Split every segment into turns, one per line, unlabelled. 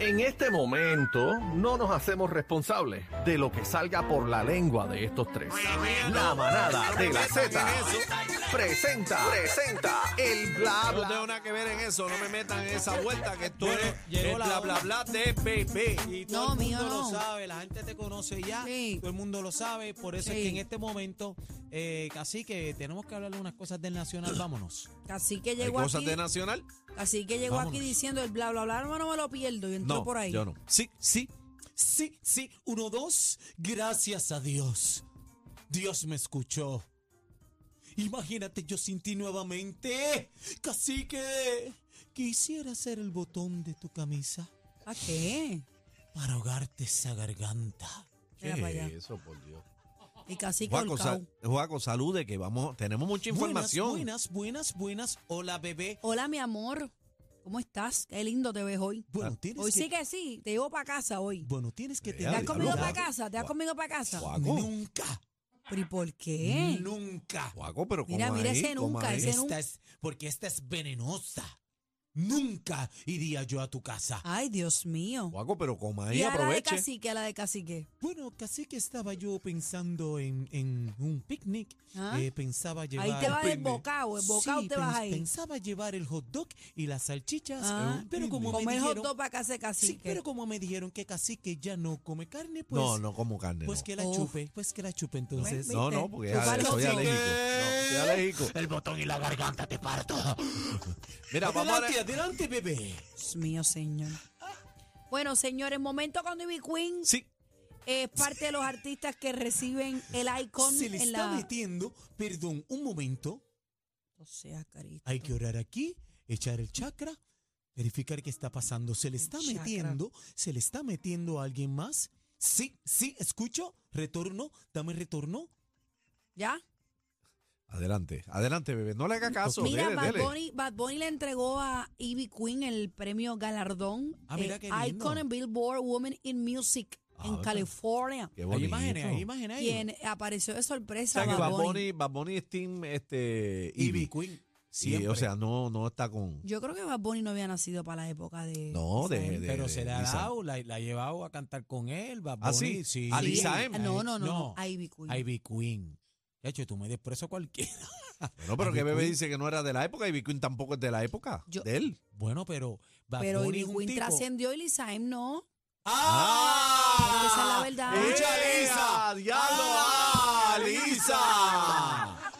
En este momento no nos hacemos responsables de lo que salga por la lengua de estos tres. La manada de la Z presenta, presenta el bla
No
bla.
tengo nada que ver en eso, no me metan en esa vuelta que esto
Bueno,
es
llegó
el
la
bla
hora.
bla bla de bebé.
Y todo
No,
el mundo
mío, no.
lo sabe, la gente te conoce ya,
Sí.
todo el mundo lo sabe, por eso
Sí.
es que en este momento, eh, casi que tenemos que hablar de unas cosas del Nacional, vámonos.
Así que
¿Hay
llegó
cosas
aquí,
de Nacional?
así que llegó aquí
Vámonos.
diciendo el bla bla bla, no, no me lo pierdo y entró
No,
por ahí.
yo no. Sí, sí.
Sí, sí, uno, dos, gracias a Dios. Dios me escuchó. Imagínate yo sin ti nuevamente, casi que quisiera ser el botón de tu camisa
¿A qué?
para ahogarte esa garganta.
Mira para allá.
eso, por Dios?
Y casi que
Juaco,
holcao.
sal- Juaco, salude que vamos, tenemos mucha información.
Buenas, buenas, buenas, buenas. Hola, bebé.
Hola mi amor, ¿cómo estás? Qué lindo te ves hoy.
Bueno, tienes
Hoy
que
sí que sí, te llevo para casa hoy.
Bueno, tienes que
Ah. Vea,
¿Te
tener
has
diablo,
comido
Juaco.
para casa? ¿Te has comido para casa?
Juaco.
Nunca,
¿Pero y por qué?
nunca.
Juaco, pero
Mira,
coma
mira
ahí,
ese
coma
nunca,
ahí.
ese-
Esta es, porque esta es venenosa. Nunca iría yo a tu casa.
Ay, Dios mío.
Juaco, pero coma ahí,
Y a la de
aproveche.
cacique, a la de cacique.
Bueno, casi que estaba yo pensando en, en un picnic.
¿Ah?
Eh, pensaba llevar.
Ahí te vas
picnic.
desbocado, desbocado
Sí,
te vas
pens-
ahí.
Pensaba llevar el hot dog y las salchichas, eh,
Ah,
pero como me
Comer hot
dijeron,
dog para casa de
sí,
cacique.
pero como me dijeron que cacique ya no come carne, pues
no, no como carne.
pues
no.
que la
Uf.
chupe, pues que la chupe entonces.
no, no,
¿Viste?
porque
Pues Tu
ah,
palo
soy
sí.
alérgico. No, soy alérgico.
El botón y la garganta te parto.
Pues
Mira, vamos a
adelante, adelante, bebé.
Dios mío, señor. Bueno, señores, momento con Divi Queen.
Sí,
es parte de los artistas que reciben el icon
Se le
en
está
la.
metiendo, perdón, un momento.
O sea, carito.
Hay que orar aquí, echar el chakra, verificar qué está pasando. Se le está
chakra.
metiendo, se le está metiendo a alguien más. Sí, sí, escucho, retorno, dame retorno.
¿Ya?
adelante, adelante, bebé. No le haga caso.
Mira,
dele,
Bad,
dele.
Bunny, Bad Bunny le entregó a Ivy Queen el premio galardón eh,
Ah, mira qué lindo.
Icon en Billboard Woman in Music
Ah,
en
mira.
California,
Qué
Hay
bonito.
imágenes, hay imágenes ahí.
quien apareció de
O
sorpresa.
sea, que Bad
Bad Bunny.
Bunny, Bad Bunny es team, este,
Ivy
Ivy.
Queen.
Sí,
Siempre.
o sea, no, no está con.
Yo creo que Bad Bunny no había nacido para la época de.
No, de, de-
pero
de
se le ha
Lisa.
dado, la, la ha llevado a cantar con él. Bad
¿Ah, sí?
Bunny, sí.
¿A
Sí,
Lisa
eh,
M?
No, no, no, a Ivy Queen.
Ivy Queen. De hecho, tú me desprezo a cualquiera.
No, pero
Ivy
que bebé
Queen.
dice que no era de la época y Ivy Queen tampoco es de la época.
Yo-
de él.
Bueno, pero Bad
Pero
Bunny
Ivy
es un
Queen
tipo-
trascendió y Lisa M no.
¡Ah!
Esa es la verdad.
¡Escucha,
¡Eh,
Lisa!
a diablo!
¡Ah,
Lisa!
Lisa!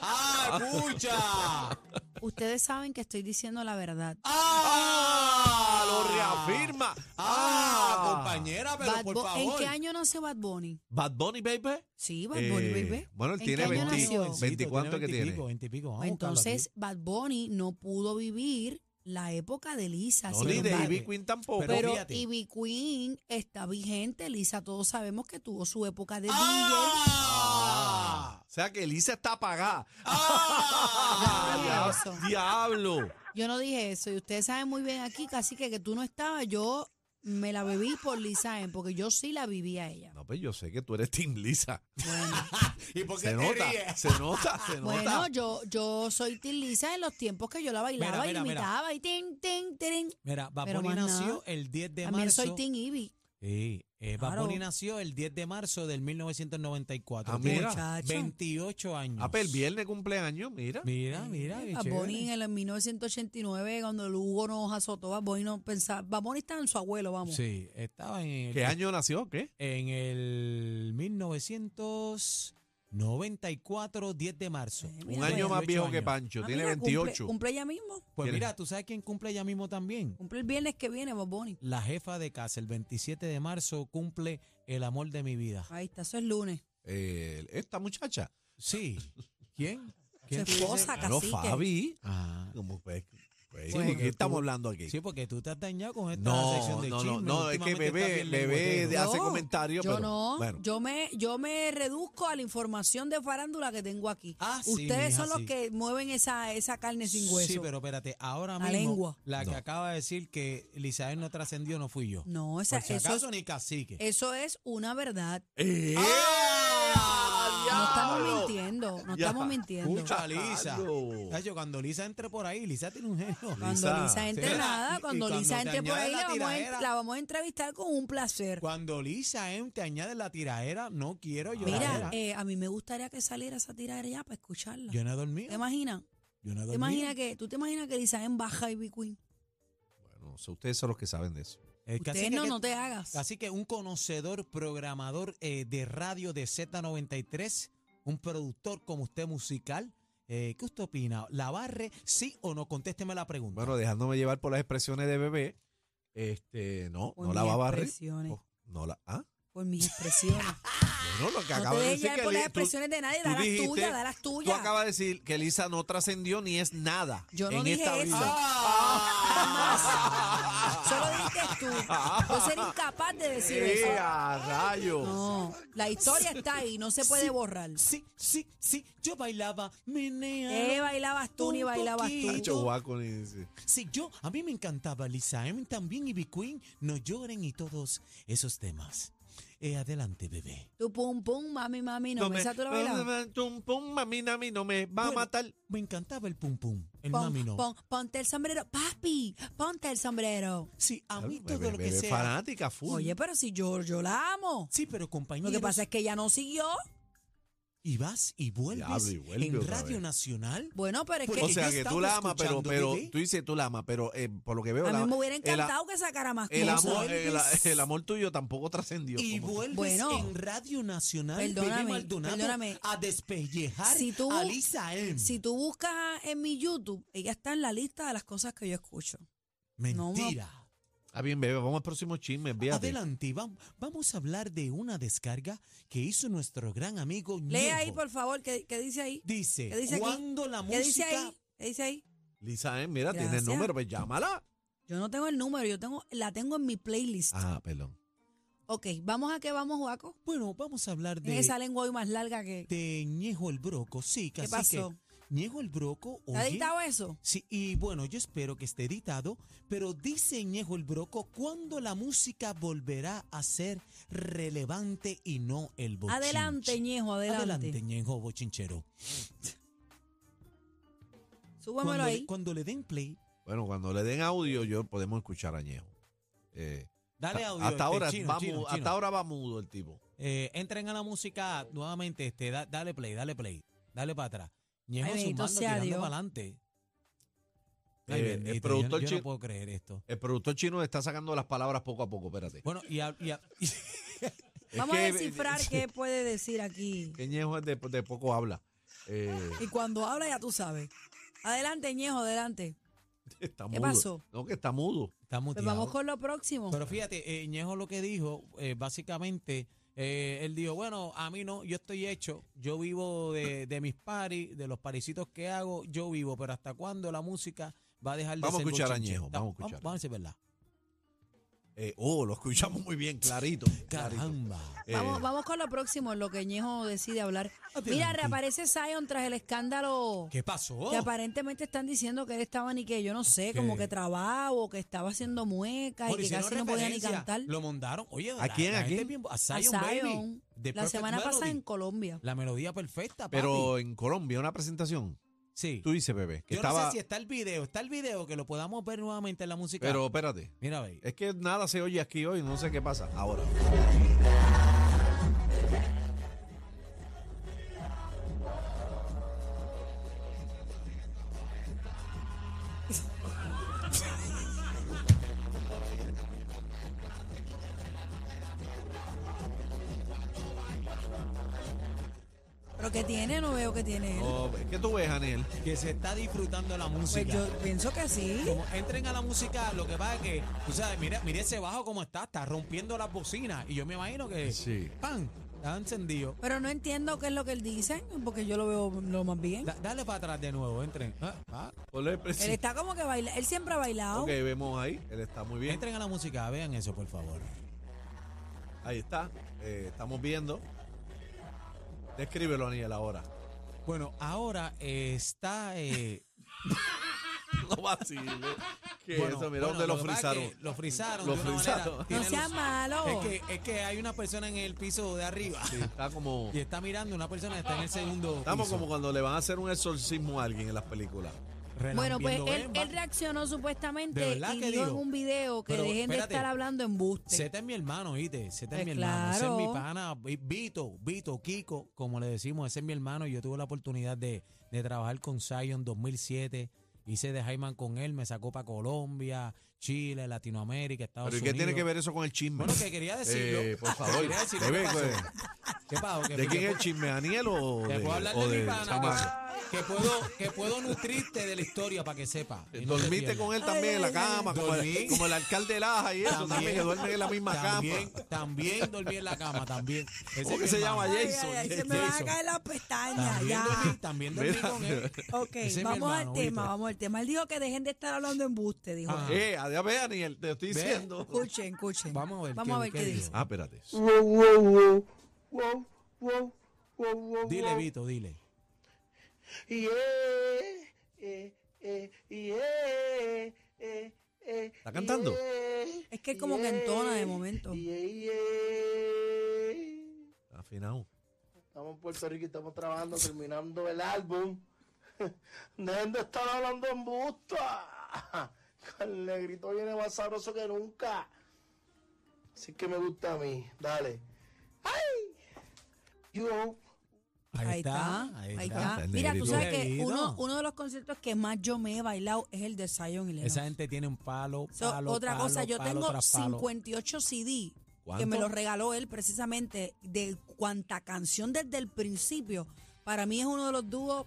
¡Ah, escucha!
Ustedes saben que estoy diciendo la verdad.
¡Ah!
¡Ah! Lo reafirma.
¡Ah, compañera, pero
Bad
por
Bu- ¿En
favor!
qué año nació Bad Bunny?
Bad Bunny, baby.
Sí, Bad Bunny, Pues
Eh,
baby.
bueno, él
¿En
tiene
qué año
20,
nació?
20, ¿cuánto que tiene?
20 y pico, 20 y pico. Vamos a buscarlo
Entonces, Bad Bunny no pudo vivir la época de Lisa.
No,
sin
ni de
embargo.
Ivy Queen tampoco.
Pero-
pero
fíjate.
Ivy Queen está vigente. Lisa, todos sabemos que tuvo su época de
aquí. ¡Ah!
o sea que Lisa está apagada.
Ah.
Dia- ¡Diablo!
DJ. Yo no dije eso. Y ustedes saben muy bien aquí, casi que que tú no estabas, yo me la bebí por Lisa M, porque yo sí la viví a ella.
No, pues yo sé que tú eres Team Lisa.
¿Y
Bueno,
por qué
Se
te
nota,
ríes?
se nota, se
bueno,
nota.
yo, yo soy Tim Lisa en los tiempos que yo la bailaba
mira,
y
mira.
imitaba y tin, tin, tin.
Mira, Bad
Pero
Bunny
más nada.
nació el 10 de
También
marzo.
soy Tim Ivy.
Sí, eh, Bad
Claro.
Bunny nació el 10 de marzo del 1994.
Ah,
Tiene
mira.
Muchacho.
28 años.
Ah, pero el viernes cumpleaños, mira.
Mira, mira. qué
Bad
chévere.
Bunny en el 1989, cuando el Hugo nos azotó, Bad Bunny no pensaba. Bad Bunny estaba en su abuelo, vamos.
Sí, estaba en el,
¿Qué año nació? ¿Qué?
en el 1994, 10 de marzo.
Eh,
Un
Mira,
año más
28
viejo que
años.
Pancho,
Ah,
tiene
mira, cumple-
28.
Cumple, ella mismo.
Pues
¿Quién es?
mira, tú sabes quién cumple ella mismo también.
Cumple el viernes que viene, Bad Bunny.
La jefa de casa, el 27 de marzo, cumple el amor de mi vida.
Ahí está, eso es lunes.
Eh, esta muchacha.
Sí. ¿Quién?
Su
¿Quién tú dices?
esposa,
Claro,
cacique.
Fabi.
Ah,
Como, pues, Pues,
Bueno.
¿De qué estamos hablando aquí?
Sí, porque tú te has dañado con esta sección
No,
de
no, no,
chisme.
no, es que
Últimamente estás
bebé,
bien
bebé
lengüetero.
de- hace
No,
comentarios.
Yo
pero,
no,
Bueno,
yo me yo me reduzco a la información de farándula que tengo aquí.
Ah, sí,
Ustedes
mija,
son los
sí.
que mueven esa esa carne sin hueso.
Sí, pero espérate, ahora
La
mismo
lengua.
la que
No.
acaba de decir que Lizael no trascendió no fui yo.
No, esa-
Por si
eso
acaso
es-
ni cacique.
Eso es una verdad.
¡Eh!
No estamos
¡Diablo!
mintiendo, no
Ya.
estamos mintiendo.
Escucha a Lisa.
Diablo.
Cacho, cuando Lisa entre por ahí, Lisa tiene un genio.
Cuando Lisa
Lisa,
entre
sí.
nada,
Y- y
cuando
cuando te
Lisa entre por
añade
ahí,
la
la vamos, a, en-
tiradera.
la vamos a entrevistar con un placer.
Cuando Lisa M te añade la tiraera, no quiero yo.
Mira, eh, a mí me gustaría que saliera esa tiradera ya para escucharla.
yo no he
¿Te
dormido.
imaginas?
Yo no he
¿Te
dormido.
imaginas que, ¿Tú te imaginas que Lisa en baja y Queen?
bueno, so- ustedes son los que saben de eso.
El
Ustedes
cacique
no,
que-
no te hagas.
Así que un conocedor, programador eh, de radio de Z93, un productor como usted musical, eh, ¿qué usted opina? ¿La barre, sí o no? Contésteme la pregunta.
Bueno, dejándome llevar por las expresiones de bebé, este, no,
Por
no la
mis
va a barrer.
expresiones,
Oh, No la, ah,
Por mis expresiones.
no, lo que
no
acaba
te
de decir
dejes llevar
que
por las
Li- tú-
expresiones de nadie.
tú
Da las
dijiste-
tuyas, da las
Tú
tuyas.
acabas de decir que Lisa no trascendió ni es nada.
Yo no
en
dije
esta
eso.
vida.
Jamás. Solo dijiste tú. Yo sería incapaz de decir
¡Eh,
eso.
a rayos!
No, la historia está ahí, no se puede
Sí,
borrar.
Sí, sí, sí, yo bailaba, menea.
Eh, bailabas tú, ni
Un
bailabas
poquito.
tú.
Ay,
Nacho Guaco ni dice.
Sí, yo, a mí me encantaba Lisa M también y B Queen, No Lloren y todos esos temas. Eh, adelante, bebé.
Tú pum pum, mami, mami, no, me, esa tú la bailabas.
Tum, pum, mami, nami, no me va a
Bueno,
matar.
Me encantaba el pum pum, el
Pon-
mami no.
pon- ponte el sombrero, papi, ponte el sombrero.
Sí, a mí todo
Bebé,
lo que
bebé
sea.
fanática, full.
Oye, pero si yo, yo la amo.
Sí, pero compañeros.
Lo que pasa es que ella no siguió.
Y vas y vuelves
Diablo, y vuelve
en
otra
Radio
vez.
Nacional.
Bueno, pero es
Pues,
que
o
que
sea
yo
que tú
estaba
la amas, pero,
escuchando,
pero
bebé.
tú dices tú la amas, pero eh, por lo que veo,
a
la-
mí me hubiera
el-
encantado que sacara más
El,
cosas.
amor, el, el amor tuyo tampoco trascendió.
Y
como-
vuelves
Bueno.
en Radio Nacional,
Perdóname,
bebé Maldonado,
perdóname.
a despellejar
Si tú-
a Lisa M.
Si tú buscas en mi YouTube, ella está en la lista de las cosas que yo escucho. no,
Mentira.
Ah, bien, bebé, vamos al próximo chisme, fíjate.
Adelante, vam- vamos a hablar de una descarga que hizo nuestro gran amigo
Lee
Ñejo.
ahí, por favor, ¿qué, qué dice ahí?
Dice,
¿Qué dice aquí?
cuando la
¿Qué dice
música...
ahí? ¿Qué dice ahí?
Lisa, eh, mira, tiene el
Gracias.
número, pues llámala.
Yo no tengo el número, yo tengo, la tengo en mi playlist.
Ah, perdón.
Ok, ¿vamos a qué vamos, Juaco?
Bueno, vamos a hablar
En
de,
esa lengua hoy más larga que...
de Ñejo el Broco. Sí,
¿Qué
casi
pasó?
que Ñejo el Broco...
¿Te ha
oye,
editado eso?
Sí, y bueno, yo espero que esté editado, pero dice Ñejo el Broco cuándo la música volverá a ser relevante y no el bochinche.
Adelante, Ñejo, adelante.
Adelante, Ñejo bochinchero.
Súbamelo
Cuando
ahí.
le, cuando le den play,
Bueno, cuando le den audio, yo podemos escuchar a Ñejo. Eh,
dale audio.
hasta,
este,
ahora
chino,
va
chino,
mu-
chino.
hasta ahora va mudo el tipo.
Eh, entren a la música nuevamente, este, da- dale play, dale play, dale para atrás. Ñejo
Ay, bendito
sumando,
sea
tirando
Dios.
para adelante. Ay,
Eh, el
bendito, yo-
productor
yo,
chi-
no puedo creer esto.
El productor chino está sacando las palabras poco a poco, espérate.
Bueno, y, a- y a-
Es
Vamos a
que-
descifrar qué puede decir aquí.
Que Ñejo es de, de poco habla. Eh,
Y cuando habla ya tú sabes. Adelante, Ñejo, adelante.
está
¿Qué
mudo.
pasó?
No, que está mudo.
está
Pues
muteado.
vamos con lo próximo.
Pero fíjate, eh, Ñejo lo que dijo, eh, básicamente, eh, él dijo, bueno, a mí no, yo estoy hecho, yo vivo de, de mis paris, de los parisitos que hago, yo vivo, pero ¿hasta cuándo la música va a dejar de
Vamos a
ser
escuchar a
bochinche?
Ñejo,
Está-
vamos a escuchar.
Vamos a decir verdad.
Eh, oh, lo escuchamos muy bien, clarito. clarito.
Caramba.
Eh,
Vamos, vamos con lo próximo, en lo que Ñejo decide hablar. Mira,
Adelante.
reaparece Zion tras el escándalo.
¿Qué pasó?
Que aparentemente están diciendo que él estaba ni que, yo no sé, como
¿Qué?
que trababa o que estaba haciendo muecas y
Porque
que
hicieron
casi no podía ni
referencia,
cantar.
Lo mandaron. Oye,
¿A quién, a
gente
quién?
es bien bo- a
A
Zion,
Zion.
Baby. The
la
Perfect
semana pasada
Melody.
en Colombia.
La melodía perfecta, papi.
pero en Colombia, una presentación.
sí.
Tú dices, bebé, que
Yo
estaba.
no sé si está el video. Está el video que lo podamos ver nuevamente en la música.
Pero espérate.
Mira, a ver.
Es que nada se oye aquí hoy, no sé qué pasa. Ahora.
Pero que tiene, no veo que tiene él.
Oh, es que tú ves, Aniel.
Que se está disfrutando la música.
Pues yo pienso que sí.
Como entren a la música, lo que pasa es que, tú sabes, mira, mira ese bajo como está, está rompiendo las bocinas. Y yo me imagino que.
Sí.
¡Pam! Está encendido.
Pero no entiendo qué es lo que él dice, porque yo lo veo lo más bien.
Da- dale para atrás de nuevo, entren. Ah, ah.
Ponle el
Él
presidente.
está como que baila, él siempre ha bailado.
Ok, vemos ahí. Él está muy bien.
Entren a la música, vean eso, por favor.
Ahí está. Eh, estamos viendo. Descríbelo, Aniel, ahora.
Bueno, ahora eh, está. eh,
No vacile. Que
bueno,
eso, mira
bueno,
dónde lo
que pasa es que
frizaron. Lo
Lo frizaron. de una manera-
frizaron.
No
tiene
sea
luz-
malo.
Es que, es que hay una persona en el piso de arriba
Sí, está como.
y está mirando una persona que está en el segundo.
Estamos
piso,
como cuando le van a hacer un exorcismo a alguien en las películas.
Bueno, pues
relampiendo
él,
bemba.
él reaccionó
De
supuestamente
verdad
y
que
dijo en
digo.
un video que
Pero,
dejen
espérate.
de estar hablando embuste.
Zeta es mi hermano, ¿viste? Zeta es
Pues
mi hermano. Ese es mi
claro.
pana, Vi- Vito, Vito, Kiko, como le decimos, ese es mi hermano. y Yo tuve la oportunidad de, de trabajar con Zion en 2007. Hice de Jaiman con él, me sacó para Colombia, Chile, Latinoamérica, Estados
Pero ¿y
Unidos.
qué tiene que ver eso con el chisme?
Bueno, que quería decirlo.
Eh, por favor,
Quería decirlo,
debe,
¿qué pasó?
pues.
¿Qué pasó? ¿Qué-
¿De quién
qué-
es el chisme? ¿Aniel o
Te
de,
puedo hablar
o
de, mi
de Chamaco?
pana, que, que puedo, que puedo nutrirte de la historia para que sepa. y no te
Dormiste
pierdas.
con él también en la cama, como
Dormí.
el, como el alcalde de Laja y eso, también, que duermen en la misma
también,
cama.
También dormí en la cama, también. Ese
¿Cómo
es
que
mi
se
hermano.
llama
Ay, ay,
Jason?
ay, se
Jason.
me van a caer las pestañas.
También
Ya.
dormí, también dormí
Mira.
con él.
Ok,
Ese es mi
vamos
hermano,
al tema,
Víctor.
vamos al tema. Él dijo que dejen de estar hablando embuste, dijo.
Ah.
Eh, adiós, ve, Aniel, te estoy
Ve.
diciendo.
Escuchen, escuchen.
Vamos a ver qué-
vamos a ver
qué
qué
dijo.
dice.
Ah, espérate.
Dile, Vito, dile.
eh, eh,
¿Está cantando?
Es que él como que entona de momento.
eh,
Afinado.
Estamos en Puerto Rico y estamos trabajando, terminando el álbum. Dejen de estar hablando en busta. El negrito viene más sabroso que nunca. Así que me gusta a mí. Dale. ¡Ay! Yo.
Ahí, está, ahí está.
está.
Mira, tú
Negrito.
sabes que
Negrito.
uno, uno de los conciertos que más yo me he bailado es el de Zion y Lennox.
Esa gente tiene un palo,
So,
palo,
otra
palo,
cosa, yo
palo
tengo
tras palo.
58 CD que
¿Cuánto?
me los regaló él precisamente de cuanta canción desde el principio. Para mí es uno de los dúos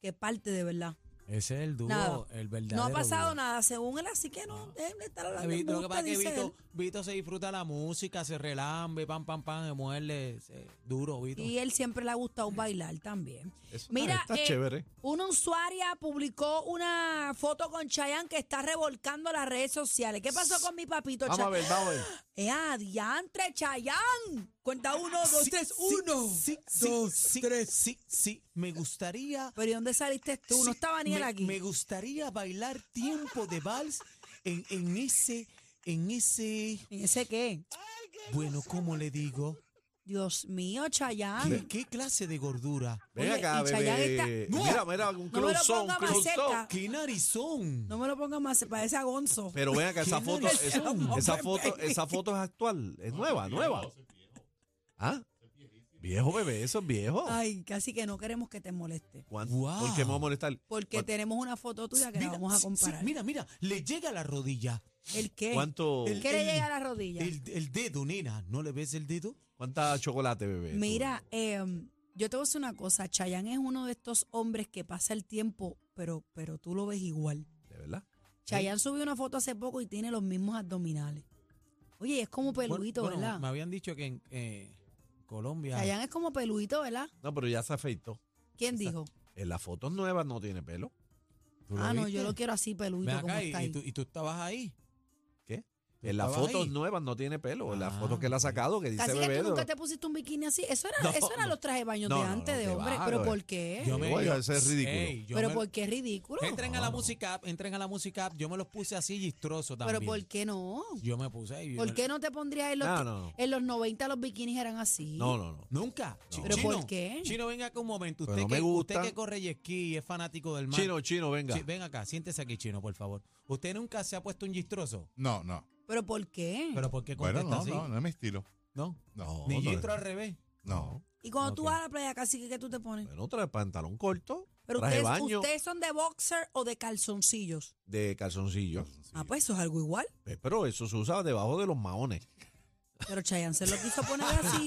que parte de verdad.
Ese es el
Nada.
dúo, el verdadero
No ha pasado
dúo. Ah.
nada según él, así que no dejen de estar hablando.
Vito, lo que
embuste,
pasa es que
dice
Vito,
él.
Vito se disfruta la música, se relambe, pam, pam, pam, se muerde, se- duro, Vito.
Y él siempre le ha gustado bailar también.
Eso
Ah,
Mira,
está, está
eh,
chévere.
Una usuaria publicó una foto con Chayanne que está revolcando las redes sociales. ¿Qué pasó con mi papito
Vamos a ver, vamos a ver.
¡Eh, adiantre, Chayanne! Cuenta uno, dos,
Ah, Sí,
tres,
sí,
uno.
sí, sí, sí, Sí, sí, me gustaría...
Pero ¿y dónde saliste tú? no
sí,
estaba ni él
me-
aquí.
Me gustaría bailar tiempo de vals en, en ese, en ese...
¿Y ese qué?
Bueno, ¿cómo le digo?
Dios mío,
¿Qué,
Chayanne.
qué clase de gordura?
Ven
Oye,
acá,
y Chayanne
bebé.
está-
Mira, mira, un
No me lo
cruzón,
ponga más cerca.
¡Qué narizón!
No me lo pongas más, parece a Gonzo.
Pero ven acá, esa
¿Qué
foto,
narizón?
esa,
Hombre,
esa foto,
baby.
esa foto es actual, es nueva, nueva. ¿Ah? Viejo bebé, eso es viejo.
Ay, casi que no queremos que te moleste.
¿Cuán-
Wow.
¿Por qué me va a molestar?
Porque
¿Cuán-
tenemos una foto tuya que la vamos
sí,
a
sí,
comparar.
mira, mira, le llega a la rodilla.
Eh, ¿El qué?
¿Cuánto,
¿Qué le
el-
llega a la rodilla?
El, el dedo, nena. ¿No le ves el dedo?
¿Cuánta chocolate, bebé? tú?
Mira, eh, yo te voy a decir una cosa. Chayanne es uno de estos hombres que pasa el tiempo, pero, pero tú lo ves igual.
¿De verdad?
Chayanne subió una foto hace poco y tiene los mismos abdominales. Oye, es como
Bueno,
peluito,
bueno,
¿verdad?
Me habían dicho que en eh, Colombia.
Chayanne es como peluito, ¿verdad?
No, pero ya se afeitó.
¿Quién dijo?
En las fotos nuevas no tiene pelo.
¿Tú lo
Ah, no,
viste?
yo lo quiero así,
Ven
peluito, como
acá, y,
está ahí.
y tú, y tú estabas ahí. ¿Tú
En las
estabas
fotos
ahí?
nuevas no tiene pelo. En las
Ah,
fotos que él ha
ok.
sacado, que dice
Casi que
bebé.
tú
de-
nunca te pusiste un bikini así. Eso era,
No,
eso eran
no.
los trajes de baño
No,
de
no,
antes
no,
de
qué
hombre.
va,
¿Pero
bebé.
por qué?
Yo
Digo, oye, ese es ridículo.
Ey, yo
Eh. ¿Pero
me-
por qué es ridículo?
Entren a la música, app, entren a la música, app, yo me los puse así listroso también.
¿Pero por qué no?
Yo me puse ahí. yo
¿Por
me-
qué no te pondrías en los,
No, no, no.
en los 90 los bikinis eran así?
No, no, no.
Nunca. Chi-
¿Pero
Chino,
por qué?
Chino, venga acá un momento. Usted,
Pero no me
que, usted
gustan.
que corre y esquí y es fanático del mar.
Chino, chino, venga.
Chi- ven acá, siéntese aquí, Chino, por favor. ¿Usted nunca se ha puesto un listroso?
No, no.
¿Pero por qué?
¿Pero por qué
Bueno,
contesta
no,
así?
no, no es mi estilo.
¿No?
No,
Ni
no,
listro al revés.
no.
y cuando tú
ok.
vas a la playa, casi que ¿qué tú te pones?
Bueno, trae pantalón corto,
Pero
traje
ustedes,
baño
ustedes son de boxer o de calzoncillos.
de calzoncillo.
Ah, pues eso es algo igual.
Eh, Pero eso se usa debajo de los maones. Eh,
Pero Chayanne se lo quiso poner así.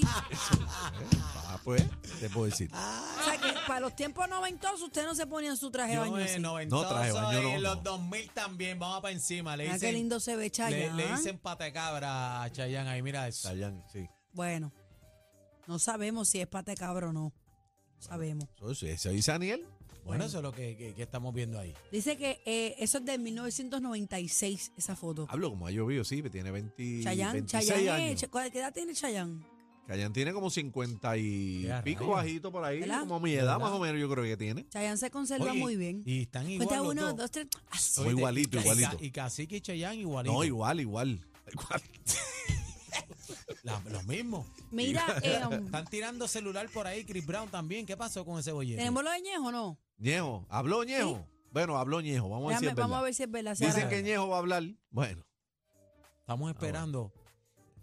Ah, pues, te puedo decir.
O sea que para los tiempos noventosos usted no se ponía su traje de
Yo eh,
baño
en
así.
noventoso
No, traje baño
y
no,
en los
no.
2000 también, vamos para encima. Le
Mira
dicen,
Ah, qué lindo se ve
le,
Chayanne.
le dicen pata de cabra a Chayanne ahí, mira eso.
Dayan, sí.
Bueno. No sabemos si es pata de cabra o no. Sabemos.
Eso sí, ¿Se oye Saniel?
Bueno, eso es lo que, que- que estamos viendo ahí.
Dice que eh, eso es de 1996, esa foto.
Ah,
Hablo como ha llovido, sí, que tiene 20,
Chayanne,
26
Chayanne,
años.
es- ¿cuál- ¿qué edad tiene Chayanne?
Chayanne tiene como 50 y
Ya,
pico
rayos.
bajito por ahí,
¿Verdad?
como mi edad
¿Verdad?
más o menos yo creo que tiene.
Chayanne se conserva
Oye,
muy bien.
Y están igual
Cuenta
los
uno,
dos.
dos, tres. Ah, Así.
Muy
Oíste,
igualito,
y ca-
igualito.
Y Cacique y Chayán igualito.
No, igual, igual. Igual.
La- lo mismo.
Mira, eh, um,
Están tirando celular por ahí, Chris Brown también. ¿Qué pasó con ese bollete?
¿tenemos lo de Ñejo o no?
Ñejo, habló Ñejo. Bueno, habló Ñejo, vamos
Déjame-
a decir
vamos a ver si es verdad. si
Dicen
ahora-
que Ñejo va a hablar. Bueno,
Estamos esperando.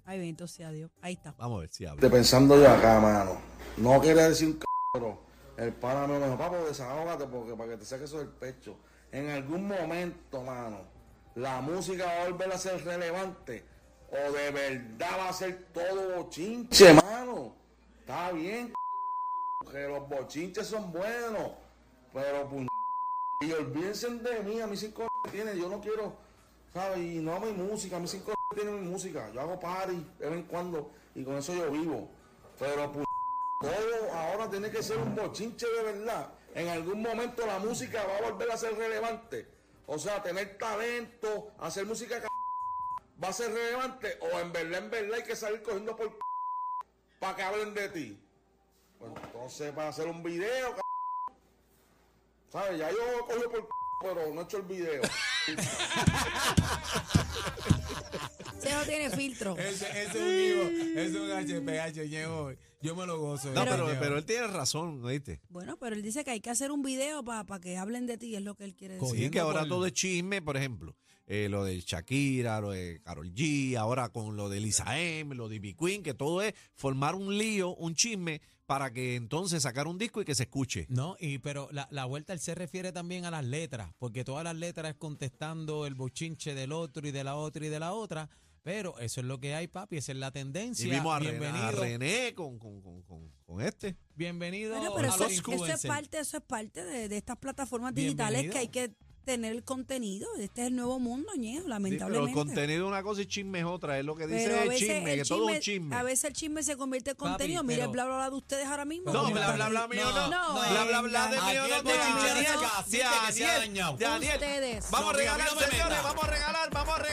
Ay, bendito sea Dios. Ahí está.
vamos a ver si habla.
Te pensando yo acá, mano. No quería decir un c, pero el pana mío me dijo, papo, desahógate porque para que te saques eso del pecho. En algún momento, mano, la música va a volver a ser relevante. O de verdad va a ser todo bochinche, mano. Está bien, c, que los bochinches son buenos. Pero pun- y olvídense de mí, a mí cinco c- tiene, yo no quiero, ¿sabes? Y no a mi música, a mí cinco c- tiene mi música, yo hago party de vez en cuando y con eso yo vivo. Pero pu- todo ahora tiene que ser un bochinche de verdad. En algún momento la música va a volver a ser relevante. O sea, tener talento, hacer música c- va a ser relevante o en verdad, en verdad hay que salir cogiendo por para que hablen de ti. Pues entonces para hacer un video, c- ¿sabes? Ya yo cojo por c- pero no he hecho el video.
Ese no tiene filtro.
Ese, ese es un hijo, ese es un HPH, Ñejo. Yo me lo gozo.
No,
este
pero,
Ñejo.
pero él tiene razón, ¿viste?
Bueno, pero él dice que hay que hacer un video para que hablen de ti, es lo que él quiere decir.
Cogiendo
Sí, que ahora
por-
todo es chisme, por ejemplo. eh, lo de Shakira, lo de Carol G, ahora con lo de Lisa M, lo de B Queen, que todo es formar un lío, un chisme, para que entonces sacar un disco y que se escuche.
No, y pero la, la vuelta él se refiere también a las letras, porque todas las letras es contestando el bochinche del otro y de la otra y de la otra, pero eso es lo que hay, papi, esa es la tendencia.
Y vimos a René, a
bienvenido,
René con, con- con- con- con este.
bienvenido
Bueno,
a
pero eso,
los
es- eso es
influencers.
parte, eso es parte de, de estas plataformas digitales
Bienvenido.
que hay que tener el contenido. Este es el nuevo mundo,
Sí,
ñejo,
pero el
lamentablemente.
contenido es una cosa y chisme es otra. Es lo que dice
Pero a
el
veces
chisme,
el
que todo es un
chisme-
chisme.
A veces el chisme se convierte en
Papi,
contenido. Mira el
pero-
bla bla bla de ustedes ahora mismo.
No,
Como
bla,
está-
bla, bla mío no.
No,
Bla, bla, bla de
venga,
mío no.
aquí
te
es
chinche,
bochinche,
Daniel, Daniel,
no.
Cacique, que se ha dañado.
Daniel,
Ustedes.
Vamos a
No, que a mí
regalar,
no me
señores,
meta.
vamos a regalar, vamos a regalar.